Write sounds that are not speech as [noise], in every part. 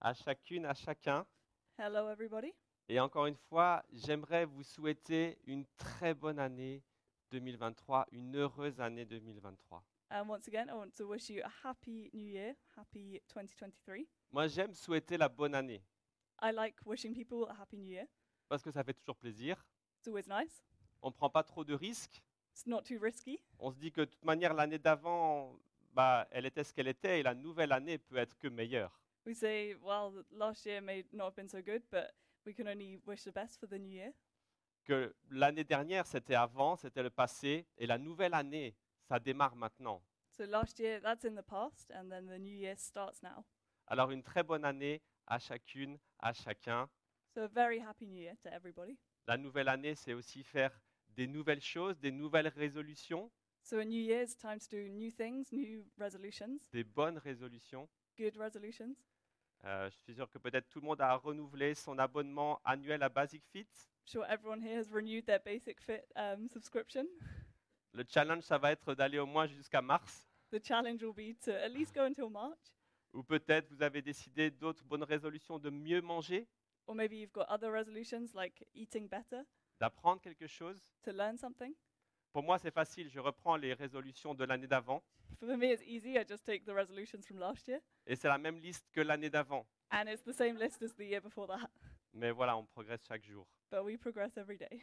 à chacune, à chacun. Hello, everybody. Et encore une fois, j'aimerais vous souhaiter une très bonne année 2023, une heureuse année 2023. And once again, I want to wish you a happy new year, happy 2023. Moi, j'aime souhaiter la bonne année I like wishing people a happy new year. parce que ça fait toujours plaisir. It's always nice. On ne prend pas trop de risques. It's not too risky. On se dit que de toute manière, l'année d'avant, bah, elle était ce qu'elle était et la nouvelle année peut être que meilleure. We say, well, th- last year may not have been so good, but we can only wish the best for the new year. Que l'année dernière, c'était avant, c'était le passé et la nouvelle année, ça démarre maintenant. So last year, that's in the past, and then the new year starts now. Alors, une très bonne année à chacune, à chacun. So a very happy new year to everybody. La nouvelle année, c'est aussi faire des nouvelles choses, des nouvelles résolutions, So a new year's time to do new things, new resolutions, des bonnes résolutions. good resolutions. Euh, je suis sûr que peut-être tout le monde a renouvelé son abonnement annuel à Basic Fit. sure everyone here has renewed their Basic Fit um, subscription. Le challenge, ça va être d'aller au moins jusqu'à mars. The challenge will be to at least go until March, Ou peut-être vous avez décidé d'autres bonnes résolutions de mieux manger, or maybe you've got other resolutions like eating better, d'apprendre quelque chose. to learn something. Pour moi, c'est facile, je reprends les résolutions de l'année d'avant. For me, it's easy. I just take the resolutions from last year, Et c'est la même liste que l'année d'avant. and it's the same list as the year before that. Mais voilà, on progresse chaque jour. But we progress every day.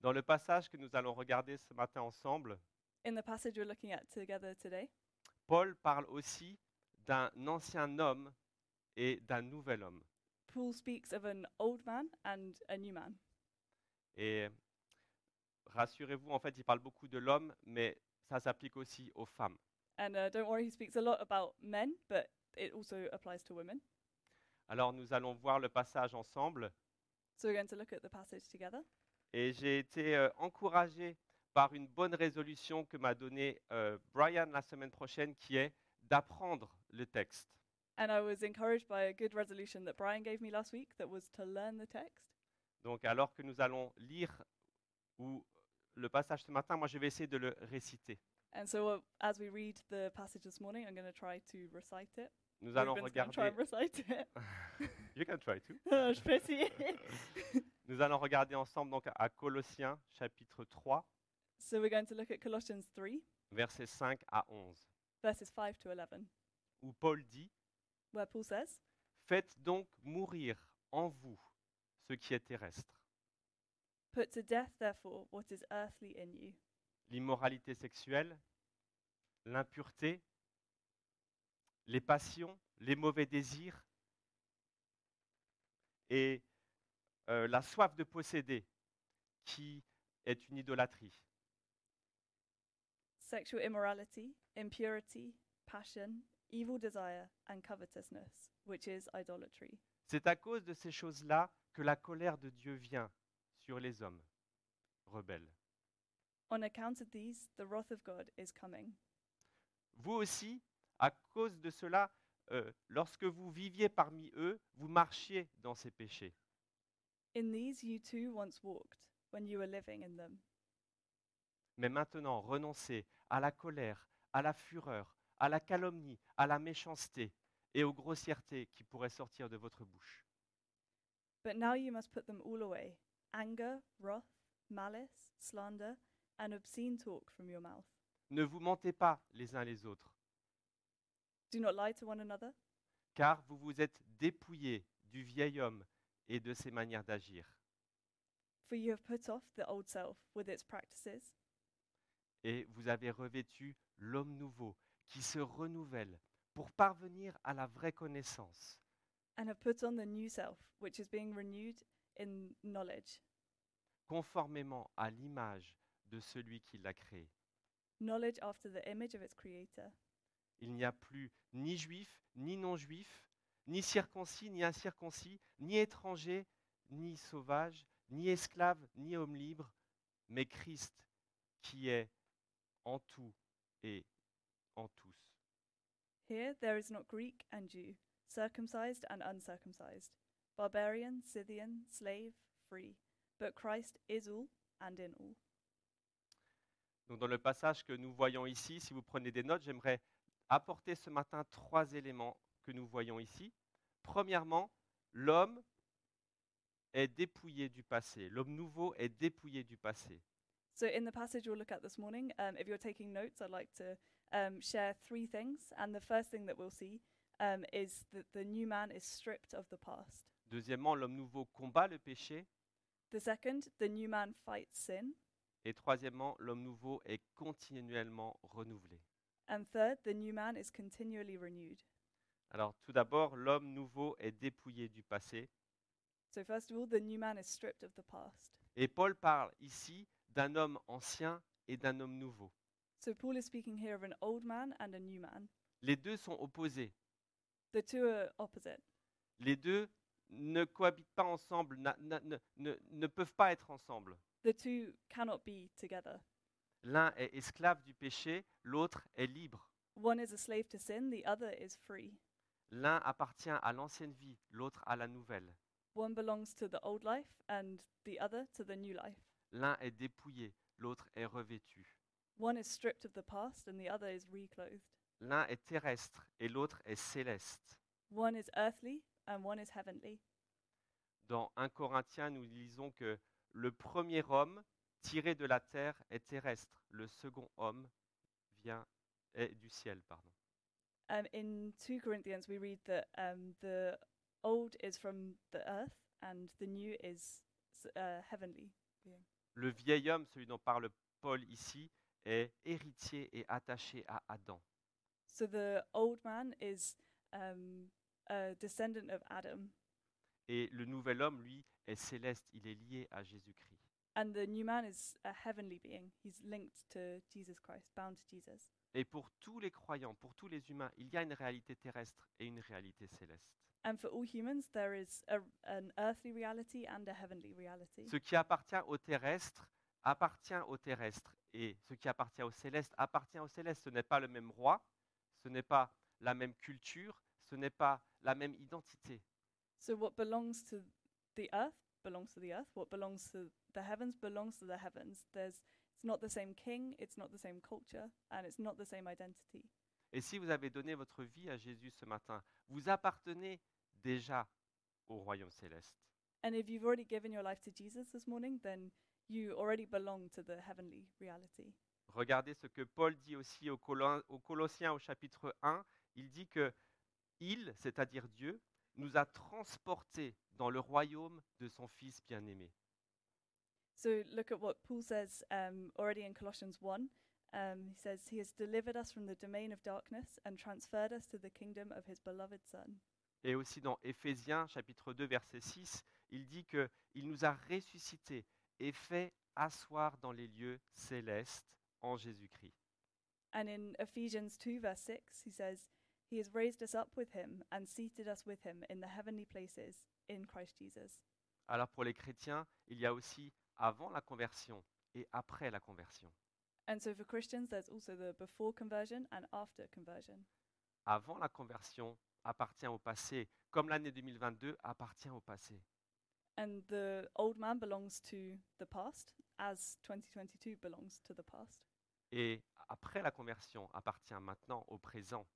Dans le passage que nous allons regarder ce matin ensemble, In the passage we're looking at together today, Paul parle aussi d'un ancien homme et d'un nouvel homme. Paul speaks of an old man and a new man. Et rassurez-vous, en fait, il parle beaucoup de l'homme, mais ça s'applique aussi aux femmes. And uh, don't worry, he speaks a lot about men, but it also applies to women. Alors nous allons voir le passage ensemble. So we're going to look at the passage together. Et j'ai été euh, encouragé par une bonne résolution que m'a donnée euh, Brian la semaine prochaine, qui est d'apprendre le texte. And I was encouraged by a good resolution that Brian gave me last week that was to learn the text. Donc alors que nous allons lire ou euh, le passage ce matin, moi je vais essayer de le réciter. And so uh, as we read the passage this morning, I'm going to try to recite it. Nous allons Ruben's gonna try regarder. and recite it. [laughs] [laughs] You can try too. Oh, je peux essayer. [laughs] Nous allons regarder ensemble donc à Colossiens chapitre 3, so we're going to look at Colossians 3, versets 5 à 11, verses 5 to 11, où Paul dit where Paul says, Faites donc mourir en vous ce qui est terrestre Put to death, therefore, what is earthly in you l'immoralité sexuelle, l'impureté, les passions, les mauvais désirs et euh, la soif de posséder qui est une idolâtrie. sexual immorality, impurity, passion, evil desire, and covetousness, which is idolatry. C'est à cause de ces choses-là que la colère de Dieu vient sur les hommes rebelles. On account of these, the wrath of God is coming. Vous aussi, à cause de cela, euh, lorsque vous viviez parmi eux, vous marchiez dans ces péchés. In these you too once walked, when you were living in them. Mais maintenant, renoncez à la colère, à la fureur, à la calomnie, à la méchanceté et aux grossièretés qui pourraient sortir de votre bouche. But now you must put them all away anger, wrath, malice, slander, and obscene talk from your mouth. Ne vous mentez pas les uns les autres, Do not lie to one another, car vous vous êtes dépouillés du vieil homme et de ses manières d'agir, for you have put off the old self with its practices, et vous avez revêtu l'homme nouveau qui se renouvelle pour parvenir à la vraie connaissance. and have put on the new self, which is being renewed in knowledge, conformément à l'image de celui qui l'a créé. knowledge after the image of its creator. Il n'y a plus ni juif, ni non-juif, ni circoncis, ni incirconcis, ni étranger, ni sauvage, ni esclave, ni homme libre, mais Christ qui est en tout et en tous. Here there is not Greek and Jew, circumcised and uncircumcised, barbarian, Scythian, slave, free, but Christ is all and in all. Donc dans le passage que nous voyons ici, si vous prenez des notes, j'aimerais apporter ce matin trois éléments que nous voyons ici. Premièrement, l'homme est dépouillé du passé. L'homme nouveau est dépouillé du passé. So, in the passage we'll look at this morning, um, if you're taking notes, I'd like to um, share three things. And the first thing that we'll see um, is that the new man is stripped of the past. Deuxièmement, l'homme nouveau combat le péché. The second, the new man fights sin. Et troisièmement, l'homme nouveau est continuellement renouvelé. And third, the new man is continually renewed. Alors tout d'abord, l'homme nouveau est dépouillé du passé. So, first of all, the new man is stripped of the past. Et Paul parle ici d'un homme ancien et d'un homme nouveau. So, Paul is speaking here of an old man and a new man. Les deux sont opposés. The two are opposite. Les deux ne cohabitent pas ensemble, na- na- ne- ne- ne peuvent pas être ensemble. The two cannot be together. L'un est esclave du péché, l'autre est libre. One is a slave to sin, the other is free. L'un appartient à l'ancienne vie, l'autre à la nouvelle. One belongs to the old life and the other to the new life. L'un est dépouillé, l'autre est revêtu. One is stripped of the past and the other is reclothed. L'un est terrestre et l'autre est céleste. One is earthly and one is heavenly. Dans 1 Corinthiens, nous lisons que le premier homme tiré de la terre est terrestre, le second homme vient est du ciel, pardon. Um, in 2 Corinthians, we read that um, the old is from the earth and the new is s- uh, heavenly. Le vieil homme, celui dont parle Paul ici, est héritier et attaché à Adam. So the old man is um, a descendant of Adam, Et le nouvel homme, lui, est céleste, il est lié à Jésus-Christ. and the new man is a heavenly being. He's linked to Jesus Christ, bound to Jesus. Et pour tous les croyants, pour tous les humains, il y a une réalité terrestre et une réalité céleste. And for all humans, there is a, an earthly reality and a heavenly reality. Ce qui appartient au terrestre appartient au terrestre et ce qui appartient au céleste appartient au céleste. Ce n'est pas le même roi, ce n'est pas la même culture, ce n'est pas la même identité. So what belongs to the earth belongs to the earth. What belongs to the heavens belongs to the heavens. There's it's not the same king, it's not the same culture, and it's not the same identity. Et si vous avez donné votre vie à Jésus ce matin, vous appartenez déjà au royaume céleste. And if you've already given your life to Jesus this morning, then you already belong to the heavenly reality. Regardez ce que Paul dit aussi aux, Colin- aux Colossiens au chapitre 1. Il dit que il, c'est-à-dire Dieu, nous a transportés dans le royaume de son Fils bien-aimé. So look at what Paul says um, already in Colossians 1. Um, he says, He has delivered us from the domain of darkness and transferred us to the kingdom of His beloved Son. Et aussi dans Éphésiens chapitre 2 verset 6, il dit que il nous a ressuscités et fait asseoir dans les lieux célestes en Jésus-Christ. And in Ephesians 2, verse 6, he says, He has raised us up with Him and seated us with Him in the heavenly places in Christ Jesus. Alors pour les chrétiens, il y a aussi avant la conversion et après la conversion. And so for Christians, there's also the before conversion and after conversion. Avant la conversion appartient au passé, comme l'année 2022 appartient au passé. And the old man belongs to the past, as 2022 belongs to the past. Et après la conversion appartient maintenant au présent,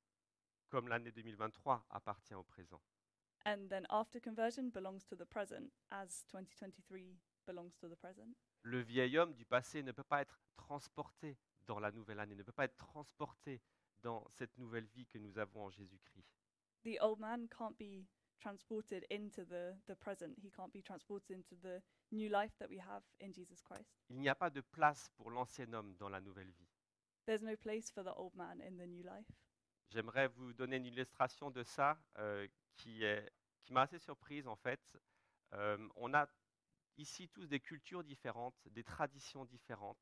comme l'année 2023 appartient au présent. And then after conversion belongs to the present, as 2023 belongs to the present. Le vieil homme du passé ne peut pas être transporté dans la nouvelle année, ne peut pas être transporté dans cette nouvelle vie que nous avons en Jésus-Christ. The old man can't be transported into the, the present, he can't be transported into the new life that we have in Jesus Christ. Il n'y a pas de place pour l'ancien homme dans la nouvelle vie. There's no place for the old man in the new life. J'aimerais vous donner une illustration de ça euh, qui, est- qui m'a assez surprise en fait. Euh, on a ici tous des cultures différentes, des traditions différentes.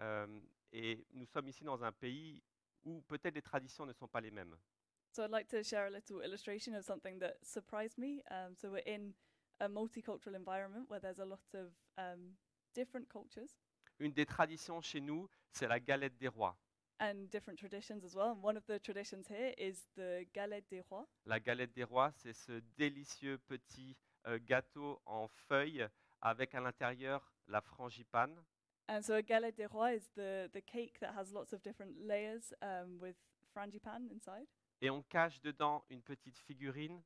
Euh, et nous sommes ici dans un pays où peut-être les traditions ne sont pas les mêmes. So I'd like to share a little illustration of something that surprised me. Um, so we're in a multicultural environment where there's a lot of um, different cultures Une des traditions chez nous, c'est la galette des rois. and different traditions as well. And one of the traditions here is the galette des rois. La galette des rois, c'est ce délicieux petit euh, gâteau en feuilles avec à l'intérieur la frangipane. And so a galette des rois is the, the cake that has lots of different layers um, with frangipan inside. Et on cache dedans une petite figurine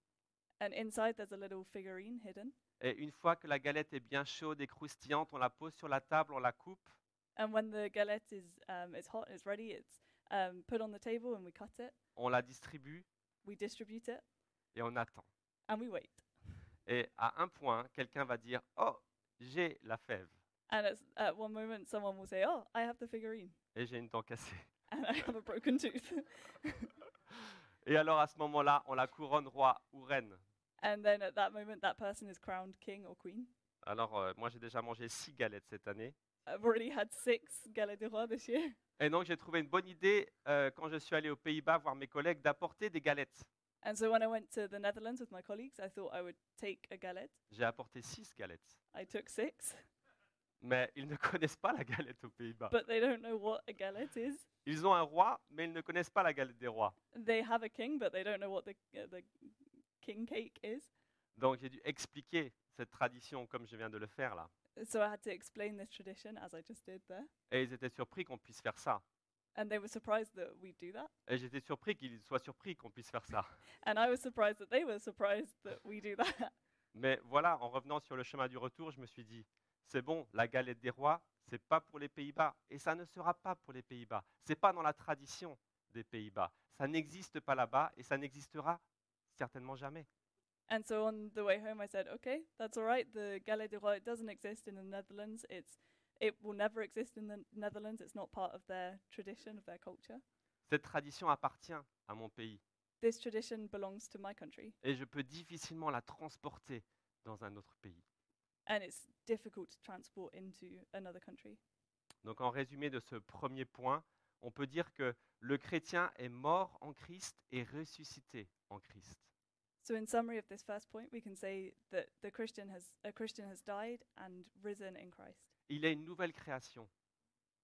And inside there's a little figurine hidden. Et une fois que la galette est bien chaude et croustillante, on la pose sur la table, on la coupe. And when the galette is um, it's hot, it's ready, it's um, put on the table and we cut it, on la distribue we distribute it, et on attend. and we wait. Et à un point, quelqu'un va dire Oh, j'ai la fève And at, at one moment, someone will say, "Oh, I have the figurine," et j'ai une dent cassée. and I have a broken tooth. [laughs] Et alors à ce moment-là, on la couronne roi ou reine. and then at that moment, that person is crowned king or queen. Alors euh, moi, j'ai déjà mangé six galettes cette année. I've already had six Gala de Roi this year, [laughs] Et donc, j'ai trouvé une bonne idée euh, quand je suis allé aux Pays-Bas voir mes collègues d'apporter des galettes. and so when I went to the Netherlands with my colleagues, I thought I would take a galette. J'ai apporté six galettes. I took six, [laughs] Mais ils ne [laughs] connaissent pas la galette aux Pays-Bas. but they don't know what a galette is. Ils ont un roi, mais ils ne connaissent pas la galette des rois. They have a king, but they don't know what the uh, the king cake is. Donc, j'ai dû expliquer cette tradition comme je viens de le faire là. So I had to explain this tradition as I just did there, Et ils étaient surpris qu'on puisse faire ça. and they were surprised that we do that, Et j'étais surpris qu'ils soient surpris qu'on puisse faire ça. and I was surprised that they were surprised that we do that. Mais voilà, en revenant sur le chemin du retour, je me suis dit, c'est bon, la galette des rois, c'est pas pour les Pays-Bas et ça ne sera pas pour les Pays-Bas. C'est pas dans la tradition des Pays-Bas. Ça n'existe pas là-bas et ça n'existera certainement jamais. And so on the way home, I said, okay, that's all right. The Gala de Roi it doesn't exist in the Netherlands. It's it will never exist in the Netherlands. It's not part of their tradition, of their culture. Cette tradition appartient à mon pays This tradition belongs to my country, et je peux difficilement la transporter dans un autre pays. and it's difficult to transport into another country. Donc en résumé de ce premier point, on peut dire que le chrétien est mort en Christ et ressuscité en Christ. So in summary of this first point, we can say that the Christian has a Christian has died and risen in Christ. Il est une nouvelle création.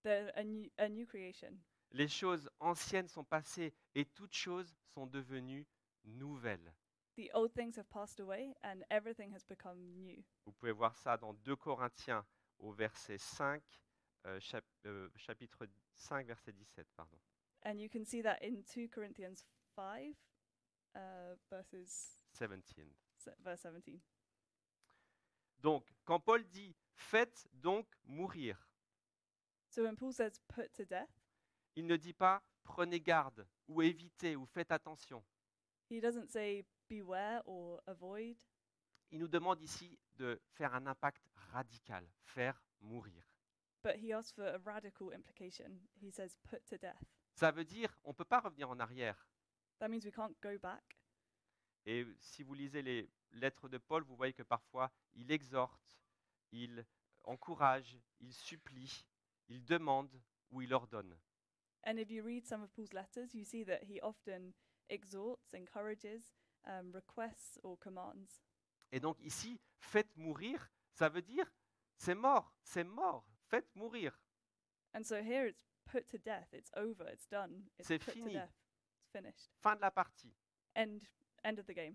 They're a new, a new creation. Les choses anciennes sont passées et toutes choses sont devenues nouvelles. The old things have passed away, and everything has become new. Vous pouvez voir ça dans 2 Corinthiens au verset 5, euh, chap- euh, chapitre 5, verset 17. Pardon. And you can see that in 2 Corinthians 5, uh, verses, 17. se- verse 17. Donc, quand Paul dit Faites donc mourir, So when Paul says put to death, il ne dit pas Prenez garde ou évitez ou faites attention. he doesn't say beware or avoid. Il nous demande ici de faire un impact radical, faire mourir. But he asks for a radical implication. He says put to death. Ça veut dire, on ne peut pas revenir en arrière. That means we can't go back. Et si vous lisez les lettres de Paul, vous voyez que parfois il exhorte, il euh, encourage, il supplie, il demande ou il ordonne. And if you read some of Paul's letters, you see that he often exhorts, encourages, um, requests, or commands. Et donc ici, faites mourir, ça veut dire c'est mort, c'est mort, faites mourir. And so here it's put to death. It's over. It's done. It's C'est put fini. to death. It's finished. Fin de la partie. End. End of the game.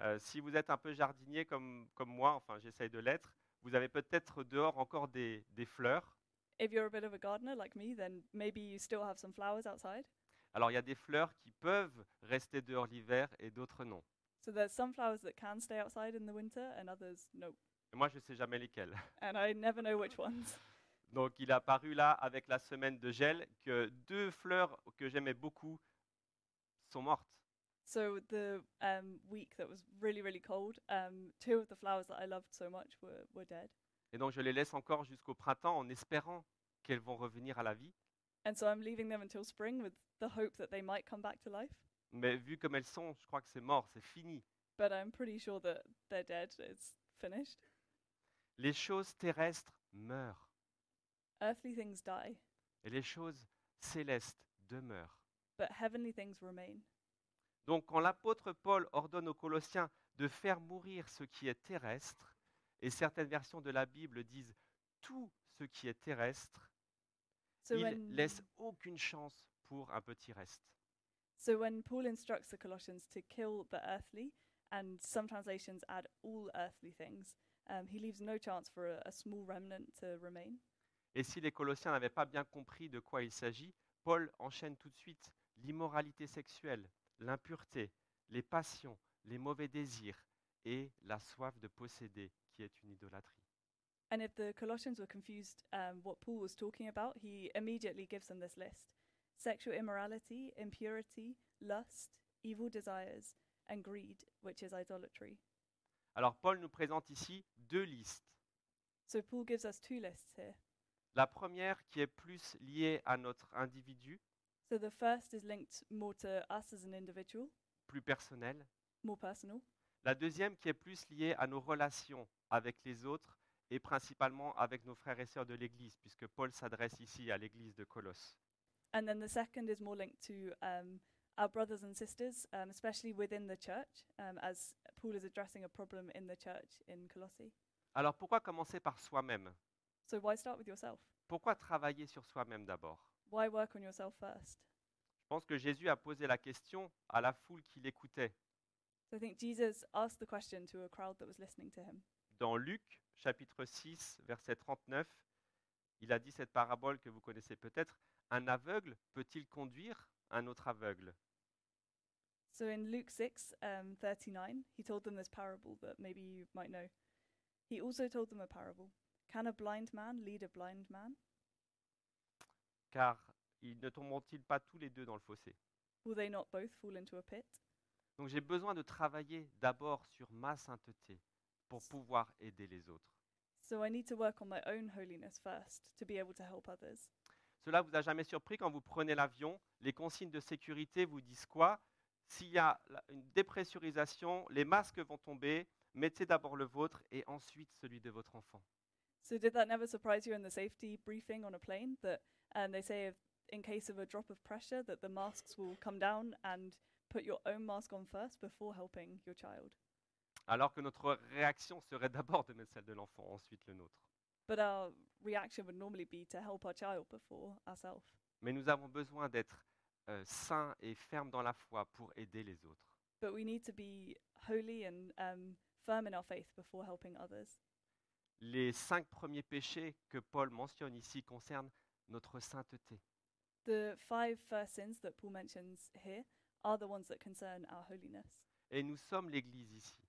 Euh, si vous êtes un peu jardinier comme, comme moi, enfin j'essaye de l'être, vous avez peut-être dehors encore des, des fleurs. if you're a bit of a gardener like me, then maybe you still have some flowers outside. Alors il y a des fleurs qui peuvent rester dehors l'hiver et d'autres non. So there's some flowers that can stay outside in the winter and others no. Et moi je ne sais jamais lesquelles. [laughs] And I never know which ones. Donc il a paru là avec la semaine de gel que deux fleurs que j'aimais beaucoup sont mortes. So the um, week that was really, really cold, um, two of the flowers that I loved so much were, were dead. Et donc je les laisse encore jusqu'au printemps en espérant qu'elles vont revenir à la vie. And so I'm leaving them until spring with the hope that they might come back to life. Mais vu comme elles sont, je crois que c'est mort, c'est fini. But I'm pretty sure that they're dead. It's finished. Les choses terrestres meurent Earthly things die, et les choses célestes demeurent. but heavenly things remain. Donc quand l'apôtre Paul ordonne aux Colossiens de faire mourir ce qui est terrestre, et certaines versions de la Bible disent tout ce qui est terrestre, So il when laisse aucune chance pour un petit reste. So when Paul instructs the Colossians to kill the earthly, and some translations add all earthly things, um, he leaves no chance for a, a small remnant to remain. Et si les Colossiens n'avaient pas bien compris de quoi il s'agit, Paul enchaîne tout de suite l'immoralité sexuelle, l'impureté, les passions, les mauvais désirs et la soif de posséder, qui est une idolâtrie. And if the Colossians were confused um, what Paul was talking about, he immediately gives them this list sexual immorality, impurity, lust, evil desires, and greed, which is idolatry. Alors Paul nous présente ici deux listes. So Paul gives us two lists here. La première qui est plus liée à notre individu, So the first is linked more to us as an individual, plus personnel. more personal, La deuxième qui est plus liée à nos relations avec les autres et principalement avec nos frères et sœurs de l'Église, puisque Paul s'adresse ici à l'Église de Colosse. and then the second is more linked to um, our brothers and sisters, um, especially within the church, um, as Paul is addressing a problem in the church in Colossae. Alors pourquoi commencer par soi-même So why start with yourself? Pourquoi travailler sur soi-même d'abord Why work on yourself first? Je pense que Jésus a posé la question à la foule qui l'écoutait. So I think Jesus asked the question to a crowd that was listening to him. Dans Luc chapitre 6 verset 39, il a dit cette parabole que vous connaissez peut-être. Un aveugle peut-il conduire un autre aveugle So in Luke 6, um, 39, he told them this parable that maybe you might know. He also told them a parable. Can a blind man lead a blind man? Car ils ne tomberont-ils pas tous les deux dans le fossé Will they not both fall into a pit? Donc j'ai besoin de travailler d'abord sur ma sainteté pour pouvoir aider les autres. So I need to work on my own holiness first to be able to help others. Cela vous a jamais surpris quand vous prenez l'avion, les consignes de sécurité vous disent quoi S'il y a la- une dépressurisation, les masques vont tomber, mettez d'abord le vôtre et ensuite celui de votre enfant. So did that never surprise you in the safety briefing on a plane that um, they say if, in case of a drop of pressure that the masks will come down and put your own mask on first before helping your child? Alors que notre réaction serait d'abord de mettre celle de l'enfant, ensuite le nôtre. But our reaction would normally be to help our child before ourselves. Mais nous avons besoin d'être euh, saints et fermes dans la foi pour aider les autres. But we need to be holy and um, firm in our faith before helping others. Les cinq premiers péchés que Paul mentionne ici concernent notre sainteté. The five first sins that Paul mentions here are the ones that concern our holiness. Et nous sommes l'Église ici.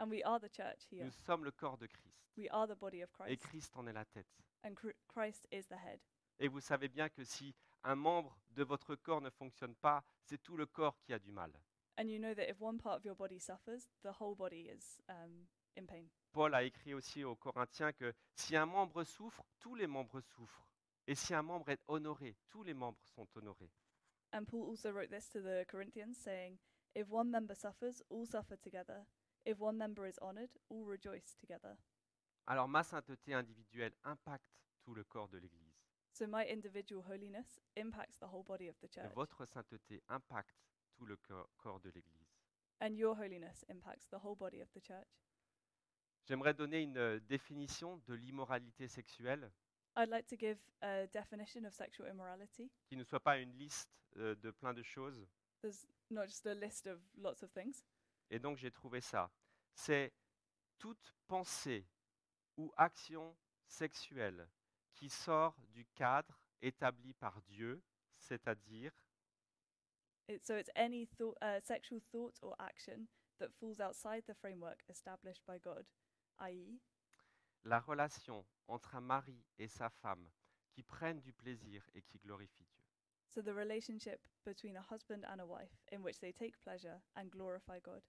And we are the church here. Nous sommes le corps de Christ. We are the body of Christ, Et Christ en est la tête. and Cr- Christ is the head. Et vous savez bien que si un membre de votre corps ne fonctionne pas, c'est tout le corps qui a du mal. And you know that if one part of your body suffers, the whole body is um, in pain. Paul a écrit aussi aux Corinthiens que si un membre souffre, tous les membres souffrent. Et si un membre est honoré, tous les membres sont honorés. And Paul also wrote this to the Corinthians, saying, If one member suffers, all suffer together. If one member is honored, all rejoice together. Alors ma sainteté individuelle impacte tout le corps de l'Église. So my individual holiness impacts the whole body of the Et church. Votre sainteté impacte tout le cor- corps de l'Église. And your holiness impacts the whole body of the church. J'aimerais donner une euh, définition de l'immoralité sexuelle I'd like to give a definition of sexual immorality. qui ne soit pas une liste euh, de plein de choses. There's not just a list of lots of things. Et donc j'ai trouvé ça. C'est toute pensée ou action sexuelle qui sort du cadre établi par Dieu, c'est-à-dire It, so it's any thought, uh, sexual thought or action that falls outside the framework established by God, i.e., la relation entre un mari et sa femme qui prennent du plaisir et qui glorifient Dieu. so the relationship between a husband and a wife in which they take pleasure and glorify God.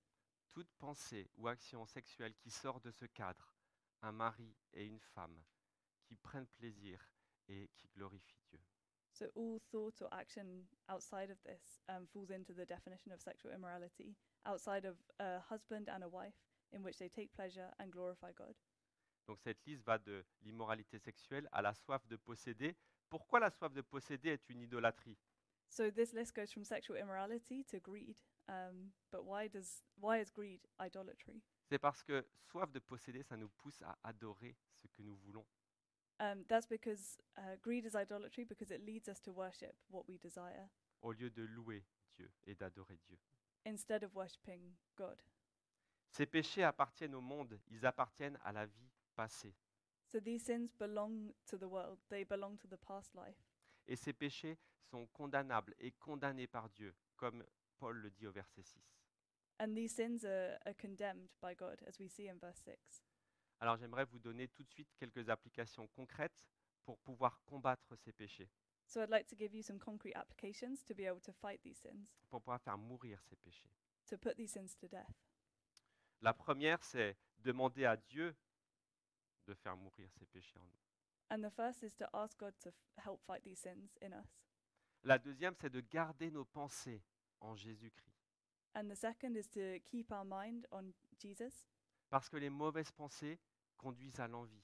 Toute pensée ou action sexuelle qui sort de ce cadre, un mari et une femme qui prennent plaisir et qui glorifient Dieu. So all thought or action outside of this um, falls into the definition of sexual immorality, outside of a husband and a wife in which they take pleasure and glorify God. Donc cette liste va de l'immoralité sexuelle à la soif de posséder. Pourquoi la soif de posséder est une idolâtrie So this list goes from sexual immorality to greed. Um, but why does why is greed idolatry? C'est parce que soif de posséder, ça nous pousse à adorer ce que nous voulons. Um, that's because uh, greed is idolatry because it leads us to worship what we desire au lieu de louer Dieu et d'adorer Dieu. instead of worshiping God. Ces péchés appartiennent au monde, ils appartiennent à la vie passée. So these sins belong to the world. They belong to the past life. Et ces péchés sont condamnables et condamnés par Dieu, comme Paul le dit au verset 6. And these sins are, are condemned by God, as we see in verse 6. Alors j'aimerais vous donner tout de suite quelques applications concrètes pour pouvoir combattre ces péchés, So I'd like to give you some concrete applications to be able to fight these sins, pour pouvoir faire mourir ces péchés. to put these sins to death. La première, c'est demander à Dieu de faire mourir ces péchés en nous. And the first is to ask God to f- help fight these sins in us. La deuxième, c'est de garder nos pensées en Jésus-Christ. And the second is to keep our mind on Jesus, Parce que les mauvaises pensées conduisent à l'envie.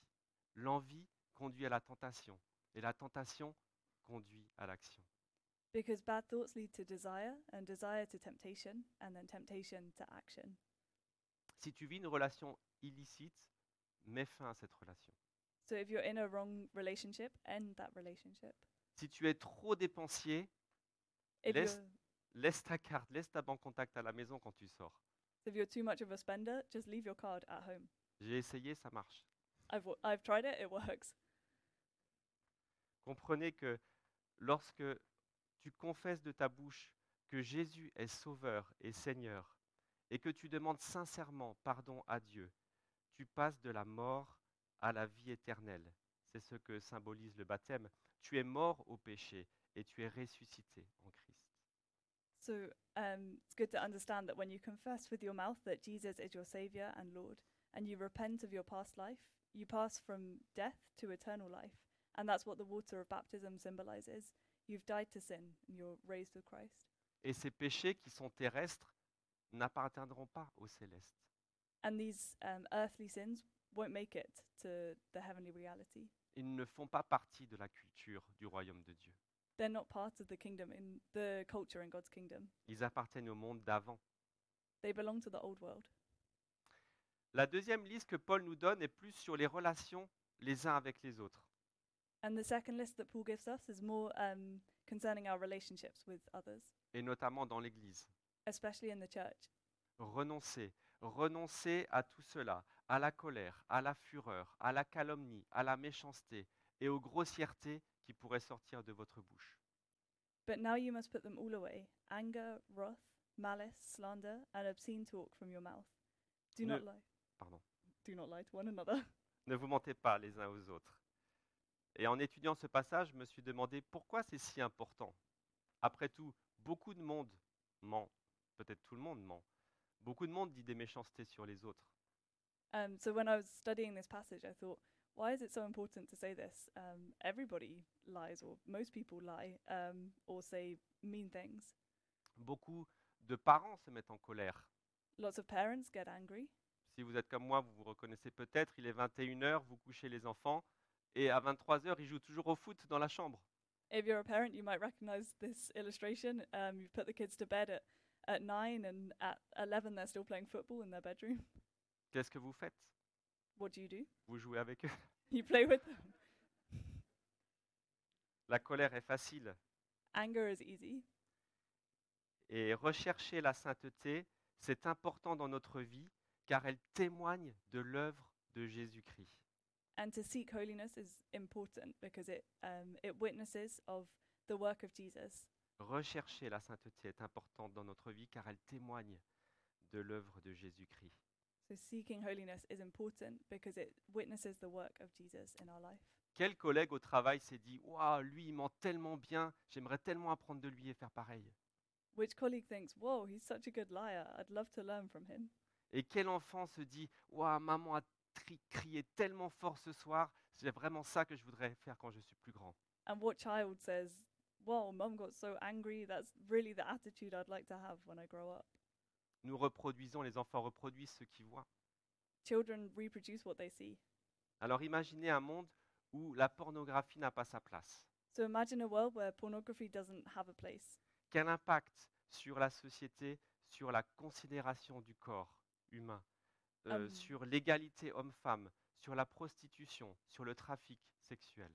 L'envie conduit à la tentation. Et la tentation conduit à l'action. because bad thoughts lead to desire, and desire to temptation, and then temptation to action. Si tu vis une relation illicite, mets fin à cette relation. So if you're in a wrong relationship, end that relationship. Si tu es trop dépensier, If Less- you're laisse ta carte, laisse ta banque contact à la maison quand tu sors. if you're too much of a spender, just leave your card at home. J'ai essayé, ça marche. I've w- I've tried it; it works. Comprenez que lorsque tu confesses de ta bouche que Jésus est Sauveur et Seigneur, et que tu demandes sincèrement pardon à Dieu, tu passes de la mort à la vie éternelle. C'est ce que symbolise le baptême. Tu es mort au péché et tu es ressuscité en Christ. So um, it's good to understand that when you confess with your mouth that Jesus is your Savior and Lord, and you repent of your past life, you pass from death to eternal life. And that's what the water of baptism symbolizes. You've died to sin and you're raised with Christ. Et ces péchés qui sont terrestres n'appartiendront pas au céleste. And these um, earthly sins won't make it to the heavenly reality. Ils ne font pas partie de la culture du royaume de Dieu. They're not part of the kingdom, in the culture in God's kingdom. Ils appartiennent au monde d'avant. They belong to the old world. La deuxième liste que Paul nous donne est plus sur les relations les uns avec les autres. And the second list that Paul gives us is more um, concerning our relationships with others, et notamment dans l'Église. especially in the church. Renoncer, renoncer à tout cela, à la colère, à la fureur, à la calomnie, à la méchanceté et aux grossièretés qui pourraient sortir de votre bouche. But now you must put them all away anger, wrath, malice, slander, and obscene talk from your mouth. Do No. not lie. Pardon. Do not lie to one another. [laughs] Ne vous mentez pas les uns aux autres. Et en étudiant ce passage, je me suis demandé pourquoi c'est si important. Après tout, beaucoup de monde ment, peut-être tout le monde ment. Beaucoup de monde dit des méchancetés sur les autres. Um, so when I was studying this passage, I thought, why is it so important to say this? Um, everybody lies, or most people lie, um, or say mean things. Beaucoup de parents se mettent en colère Lots of parents get angry. Si vous êtes comme moi, vous vous reconnaissez peut-être, il est 21h, vous couchez les enfants, et à 23h, ils jouent toujours au foot dans la chambre. If you're a parent, you might recognize this illustration. Um, you put the kids to bed at, at nine, and at 11, they're still playing football in their bedroom. [laughs] Qu'est-ce que vous faites What do you do? Vous jouez avec eux. You play with them. La colère est facile, Anger is easy. et rechercher la sainteté, c'est important dans notre vie, car elle témoigne de l'œuvre de Jésus-Christ. And to seek holiness is important because it, um, it witnesses of the work of Jesus. Rechercher la sainteté est importante dans notre vie, car elle témoigne de l'œuvre de Jésus-Christ. So seeking holiness is important because it witnesses the work of Jesus in our life. Quel collègue au travail s'est dit Waouh, lui, il ment tellement bien, j'aimerais tellement apprendre de lui et faire pareil Which colleague thinks, whoa, he's such a good liar. I'd love to learn from him. Et quel enfant se dit Waouh, maman a tri- crié tellement fort ce soir, c'est vraiment ça que je voudrais faire quand je suis plus grand. And what child says, whoa, mum got so angry. That's really the attitude I'd like to have when I grow up. Nous reproduisons, les enfants reproduisent ce qu'ils voient. Children reproduce what they see. Alors imaginez un monde où la pornographie n'a pas sa place. So imagine a world where pornography doesn't have a place. Quel impact sur la société, sur la considération du corps humain, euh, Hum. sur l'égalité homme-femme, sur la prostitution, sur le trafic sexuel.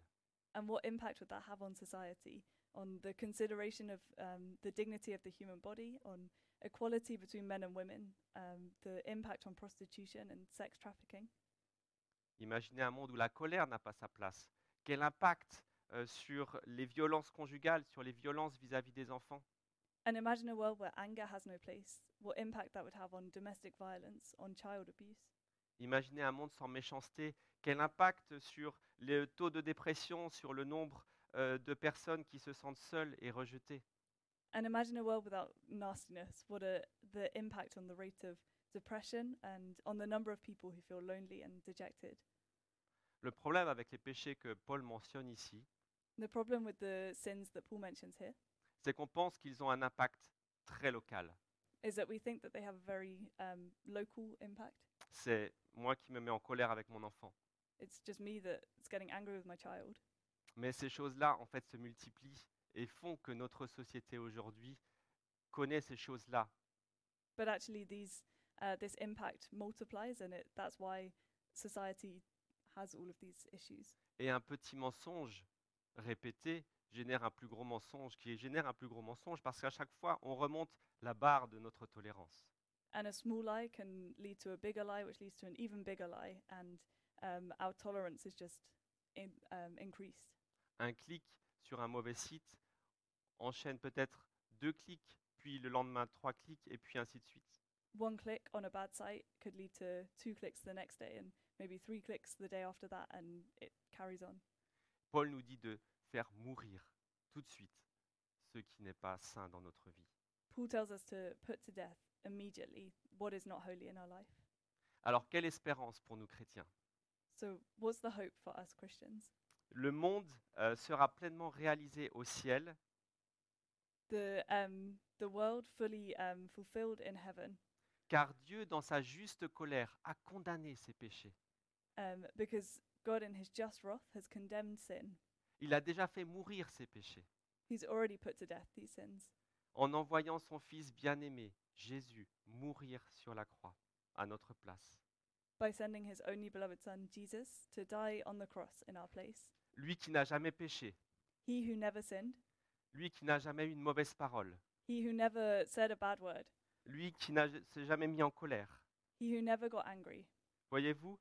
And what impact would that have on society, on the consideration of um, the dignity of the human body, on equality between men and women, um, the impact on prostitution and sex trafficking? Imaginez un monde où la colère n'a pas sa place. Quel impact euh, sur les violences conjugales, sur les violences vis-à-vis des enfants And imagine a world where anger has no place, what impact that would have on domestic violence, on child abuse. Imaginez un monde sans méchanceté. Quel impact sur le taux de dépression, sur le nombre euh, de personnes qui se sentent seules et rejetées. And imagine a world without nastiness, what a, the impact on the rate of depression and on the number of people who feel lonely and dejected. Le problème avec les péchés que Paul mentionne ici, The problem with the sins that Paul mentions here c'est qu'on pense qu'ils ont un impact très local. is that we think that they have a very um, local impact. C'est moi qui me mets en colère avec mon enfant. It's just me that's getting angry with my child. Mais ces choses-là, en fait, se multiplient et font que notre société aujourd'hui connaît ces choses-là. But actually, these uh, this impact multiplies, and it that's why society has all of these issues. Et un petit mensonge répété génère un plus gros mensonge, qui génère un plus gros mensonge, parce qu'à chaque fois, on remonte la barre de notre tolérance. And a small lie can lead to a bigger lie, which leads to an even bigger lie, and um, our tolerance is just in, um, increased. un clic sur un mauvais site enchaîne peut-être deux clics, puis le lendemain trois clics, et puis ainsi de suite. One click on a bad site could lead to two clicks the next day, and maybe three clicks the day after that, and it carries on. Paul nous dit de faire mourir tout de suite ce qui n'est pas sain dans notre vie. Paul tells us to put to death immediately what is not holy in our life. Alors quelle espérance pour nous chrétiens So, what's the hope for us Christians? Le monde euh, sera pleinement réalisé au ciel The um, the world fully um, fulfilled in heaven, car Dieu, dans sa juste colère, a condamné ses péchés. um, because God, in His just wrath, has condemned sin. Il a déjà fait mourir ses péchés He's already put to death these sins. en envoyant son Fils bien-aimé, Jésus, mourir sur la croix à notre place. by sending his only beloved Son, Jesus, to die on the cross in our place. Lui qui n'a jamais péché, He who never sinned, lui qui n'a jamais eu une mauvaise parole, he who never said a bad word, lui qui n'a s'est jamais mis en colère. he who never got angry. Voyez-vous,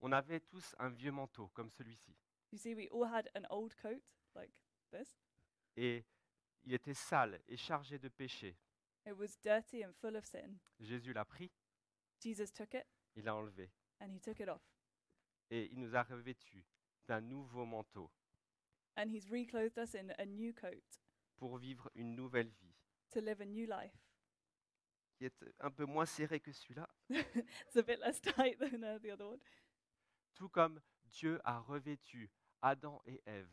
on avait tous un vieux manteau comme celui-ci. You see, we all had an old coat like this. Et il était sale et chargé de péché. It was dirty and full of sin. Jésus l'a pris, Jesus took it il l'a enlevé. and he took it off. Et il nous a revêtus d'un nouveau manteau And he's reclothed us in a new coat pour vivre une nouvelle vie, to live a new life. qui est un peu moins serré que celui-là. It's a bit less [laughs] tight than uh, the other one. Tout comme Dieu a revêtu Adam et Ève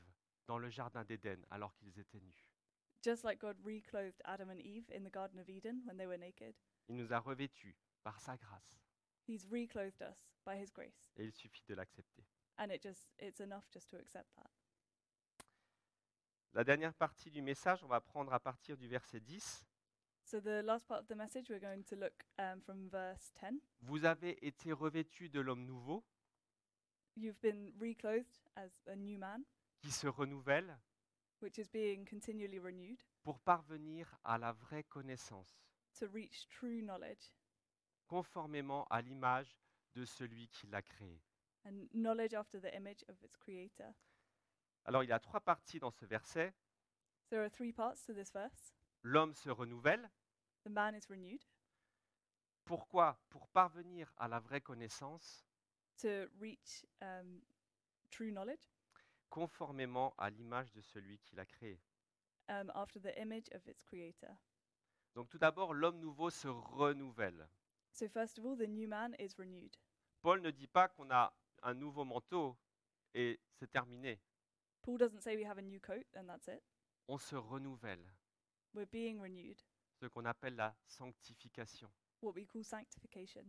dans le jardin d'Éden alors qu'ils étaient nus. Just like God reclothed Adam and Eve in the Garden of Eden when they were naked, Il nous a revêtus par sa grâce. he's reclothed us by his grace. Et il suffit de l'accepter. And it just, it's enough just to accept that. La dernière partie du message, on va prendre à partir du verset 10. So the last part of the message, we're going to look um, from verse 10. Vous avez été revêtus de l'homme nouveau You've been reclothed as a new man, qui se renouvelle which is being continually renewed pour parvenir à la vraie connaissance, to reach true knowledge conformément à l'image de celui qui l'a créé. and knowledge after the image of its creator. Alors il y a trois parties dans ce verset. There are three parts to this verse. L'homme se renouvelle. The man is renewed Pourquoi Pour parvenir à la vraie connaissance, to reach um, true knowledge conformément à l'image de celui qui l'a créé. um, after the image of its creator. Donc tout d'abord, l'homme nouveau se renouvelle. So, first of all, the new man is renewed. Paul ne dit pas qu'on a un nouveau manteau et c'est terminé. Paul doesn't say we have a new coat and that's it. on se renouvelle, We're being renewed, ce qu'on appelle la sanctification. what we call sanctification.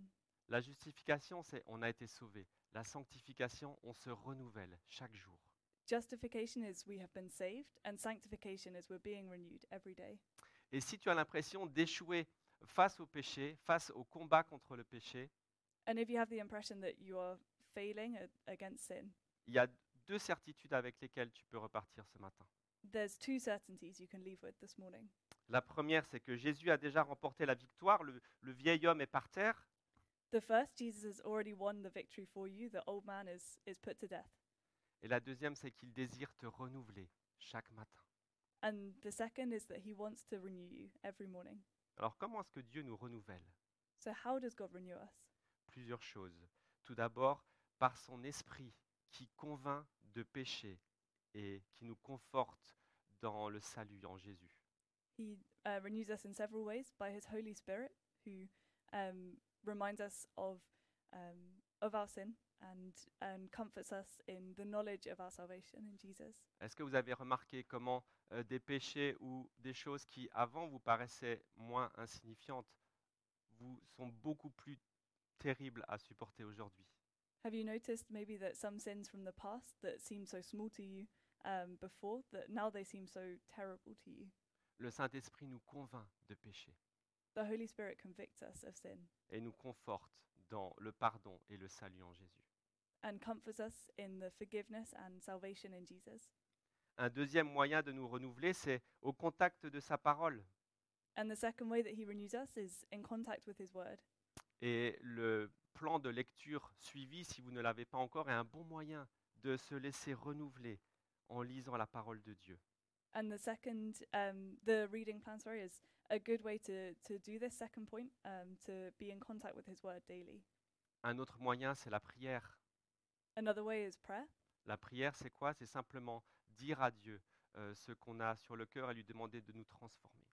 La justification, c'est on a été sauvé. La sanctification, on se renouvelle chaque jour. Justification is we have been saved, and sanctification is we're being renewed every day. Et si tu as l'impression d'échouer face au péché, face au combat contre le péché, And if you have the impression that you are failing a- against sin, il y a deux certitudes avec lesquelles tu peux repartir ce matin. there's two certainties you can leave with this morning. La première, c'est que Jésus a déjà remporté la victoire, le, le vieil homme est par terre, The first, Jesus has already won the victory for you. The old man is, is put to death. et la deuxième, c'est qu'il désire te renouveler chaque matin. And the second is that he wants to renew you every morning. Alors comment est-ce que Dieu nous renouvelle So, how does God renew us? Plusieurs choses. Tout d'abord, par son esprit qui convainc de péché et qui nous conforte dans le salut en Jésus. He uh, renews us in several ways by his Holy Spirit, who um, reminds us of, um, of our sin and, and comforts us in the knowledge of our salvation in Jesus. Est-ce que vous avez remarqué comment euh, des péchés ou des choses qui avant vous paraissaient moins insignifiantes vous sont beaucoup plus terribles à supporter aujourd'hui Have you noticed maybe that some sins from the past that seemed so small to you um, before, that now they seem so terrible to you? Le Saint-Esprit nous convainc de péché The Holy Spirit convicts us of sin et nous conforte dans le pardon et le salut en Jésus. and comforts us in the forgiveness and salvation in Jesus. Un deuxième moyen de nous renouveler, c'est au contact de sa parole. And the second way that he renews us is in contact with his word. Et le plan de lecture suivi, si vous ne l'avez pas encore, est un bon moyen de se laisser renouveler en lisant la parole de Dieu. And the second, um, the reading plan, sorry, is a good way to, to do this second point, um, to be in contact with his word daily. Un autre moyen, c'est la prière. Another way is prayer. La prière, c'est quoi C'est simplement dire à Dieu euh, ce qu'on a sur le cœur et lui demander de nous transformer.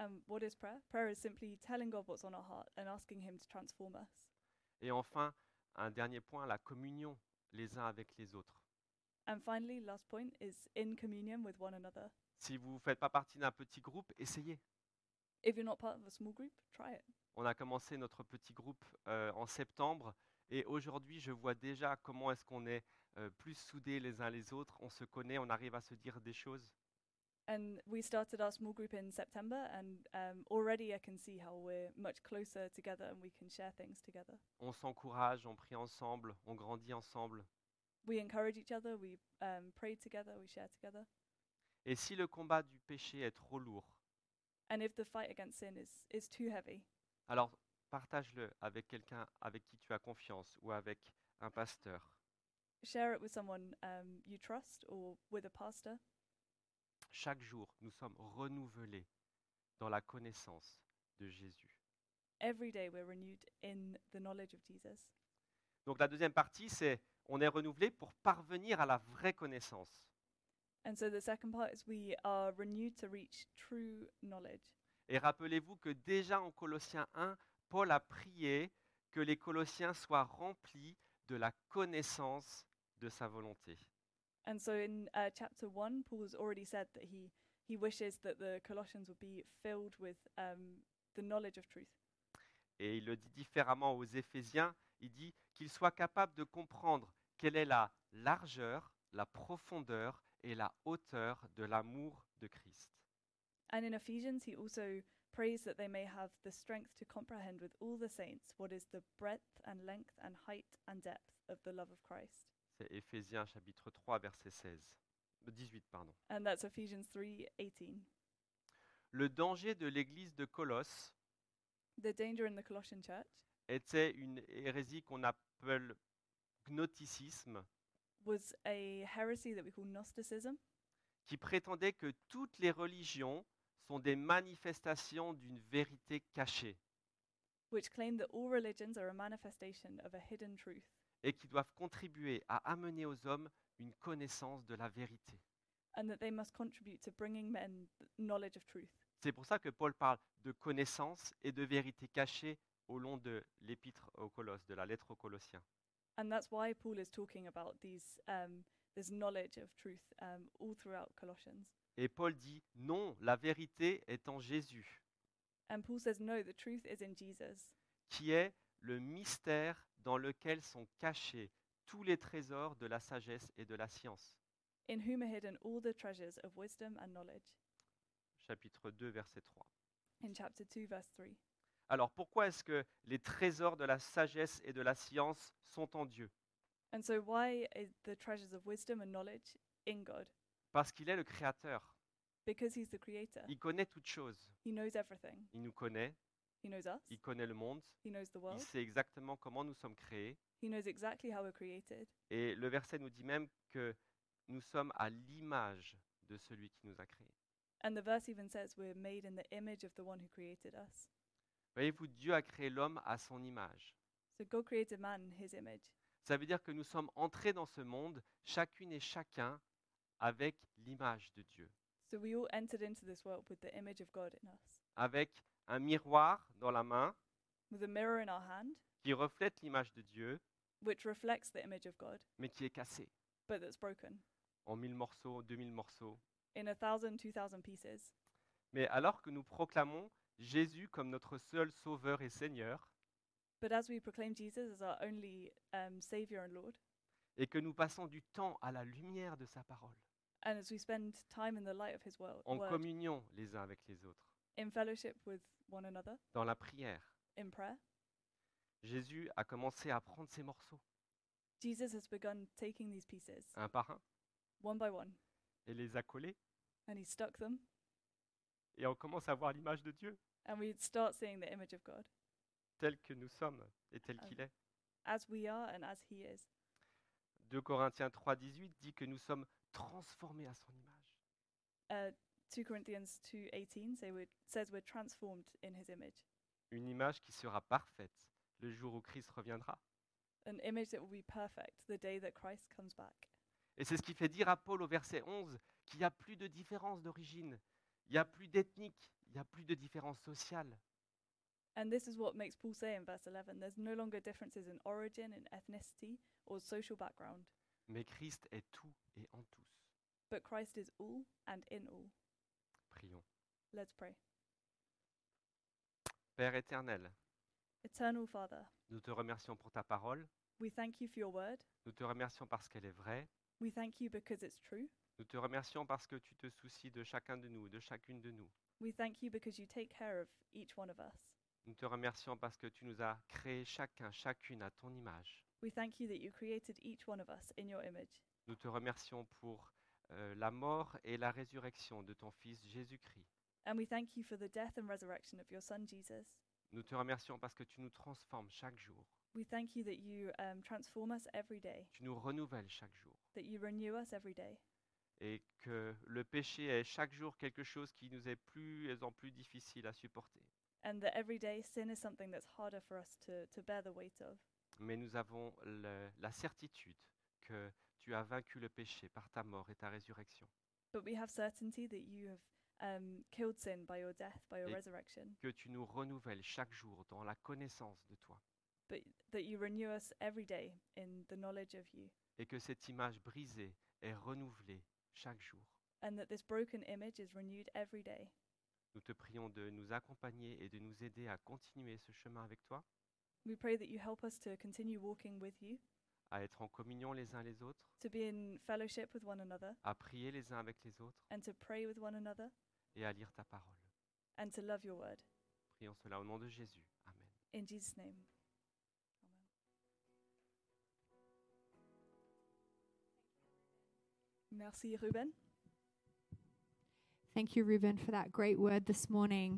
Um, what is prayer? Prayer is simply telling God what's on our heart and asking him to transform us. Et enfin, un dernier point, la communion les uns avec les autres. And finally, last point is in communion with one another. Si vous ne faites pas partie d'un petit groupe, essayez. If you're not part of a small group, try it. On a commencé notre petit groupe euh, en septembre et aujourd'hui, je vois déjà comment est-ce qu'on est euh, plus soudés les uns les autres, on se connaît, on arrive à se dire des choses. And we started our small group in September, and um, already I can see how we're much closer together and we can share things together. On s'encourage, on prie ensemble, on grandit ensemble. We encourage each other, we um, pray together, we share together. Et si le combat du péché est trop lourd, And if the fight against sin is, is too heavy, alors partage-le avec quelqu'un avec qui tu as confiance ou avec un pasteur. share it with someone um, you trust or with a pastor. Chaque jour, nous sommes renouvelés dans la connaissance de Jésus. Every day we're renewed in the knowledge of Jesus. Donc la deuxième partie, c'est on est renouvelé pour parvenir à la vraie connaissance. And so the second part is we are renewed to reach true knowledge. Et rappelez-vous que déjà en Colossiens 1, Paul a prié que les Colossiens soient remplis de la connaissance de sa volonté. And so in uh, chapter 1, Paul's already said that he, he wishes that the Colossians would be filled with um, the knowledge of truth. Et il le dit différemment aux Éphésiens, il dit qu'ils soient capables de comprendre quelle est la largeur, la profondeur et la hauteur de l'amour de Christ. And in Ephesians, he also prays that they may have the strength to comprehend with all the saints what is the breadth and length and height and depth of the love of Christ. C'est Éphésiens chapitre 3 verset 16. 18 pardon. And that's Ephesians 3:18. Le danger de l'église de Colosse The danger in the Colossian church était une hérésie qu'on appelle gnosticisme was a heresy that we call Gnosticism, qui prétendait que toutes les religions sont des manifestations d'une vérité cachée which claimed that all religions are a manifestation of a hidden truth et qui doivent contribuer à amener aux hommes une connaissance de la vérité. and that they must contribute to bringing men th- knowledge of truth. C'est pour ça que Paul parle de connaissance et de vérité cachée au long de l'épître aux Colosses, de la lettre aux Colossiens. And that's why Paul is talking about these um, this knowledge of truth um, all throughout Colossians. Et Paul dit, non, la vérité est en Jésus, And Paul says, no, the truth is in Jesus. qui est le mystère dans lequel sont cachés tous les trésors de la sagesse et de la science. in whom are hidden all the treasures of wisdom and knowledge. Chapitre 2, verset 3. In chapter 2, verse 3. Alors pourquoi est-ce que les trésors de la sagesse et de la science sont en Dieu And so, why are the treasures of wisdom and knowledge in God? Parce qu'il est le Créateur. Because He's the Creator. Il connaît toutes choses. He knows everything. Il nous connaît, He knows us. il connaît le monde, He knows the il world. sait exactement comment nous sommes créés. He knows exactly how we're created. Et le verset nous dit même que nous sommes à l'image de celui qui nous a créés. And the verse even says we're made in the image of the one who created us. Voyez-vous, Dieu a créé l'homme à son image. So God created man in his image. Ça veut dire que nous sommes entrés dans ce monde, chacune et chacun, avec l'image de Dieu, So we all entered into this world with the image of God in us. avec un miroir dans la main With a mirror in our hand, qui reflète l'image de Dieu, which reflects the image of God, mais qui est cassé but that's broken en mille morceaux, deux mille morceaux. in a thousand, two thousand pieces. Mais alors que nous proclamons Jésus comme notre seul Sauveur et Seigneur, But as we proclaim Jesus as our only um, Savior and Lord, et que nous passons du temps à la lumière de sa parole, and as we spend time in the light of his world, en word, communion les uns avec les autres, in fellowship with one another, dans la prière, in prayer, Jésus a commencé à prendre ses morceaux, Jesus has begun taking these pieces un par un, one by one, et les a collés, and he stuck them, et on commence à voir l'image de Dieu, and we'd start seeing the image of God tel que nous sommes et tel Ah qu'il oui. est. as we are and as he is. 2 Corinthiens 3, 18 dit que nous sommes transformés à son image. Uh, 2 Corinthians 2.18 say we're, says we're transformed in his image, Une image qui sera parfaite le jour où Christ reviendra. an image that will be perfect the day that Christ comes back. Et c'est ce qui fait dire à Paul au verset 11 qu'il n'y a plus de différence d'origine, il n'y a plus d'ethnique, il n'y a plus de différence sociale. And this is what makes Paul say in verse 11 there's no longer differences in origin, in ethnicity, or social background, Mais Christ est tout et en tous. but Christ is all and in all. Prions. Let's pray. Père éternel, Eternal Father, nous te remercions pour ta parole, we thank you for your word. nous te remercions parce qu'elle est vraie, We thank you because it's true. nous te remercions parce que tu te soucies de chacun de nous, de chacune de nous. We thank you because you take care of each one of us. Nous te remercions parce que tu nous as créés chacun, chacune à ton image. We thank you that you created each one of us in your image. Nous te remercions pour euh, la mort et la résurrection de ton Fils Jésus-Christ. And we thank you for the death and resurrection of your Son, Jesus. Nous te remercions parce que tu nous transformes chaque jour, We thank you that you um, transform us every day, tu nous renouvelles chaque jour, that you renew us every day, et que le péché est chaque jour quelque chose qui nous est plus en plus difficile à supporter. and that every day sin is something that's harder for us to, to bear the weight of. Mais nous avons le- la certitude que tu as vaincu le péché par ta mort et ta résurrection, But we have certainty that you have um, killed sin by your death, by your Et- resurrection, que tu nous renouvelles chaque jour dans la connaissance de toi, but that you renew us every day in the knowledge of you, et que cette image brisée est renouvelée chaque jour. and that this broken image is renewed every day. Nous te prions de nous accompagner et de nous aider à continuer ce chemin avec toi, We pray that you help us to continue walking with you, à être en communion les uns les autres, to be in fellowship with one another, à prier les uns avec les autres and to pray with one another, et à lire ta parole. and to love your word. Prions cela au nom de Jésus. Amen. In Jesus' name. Amen. Merci, Ruben. Thank you, Ruben, for that great word this morning.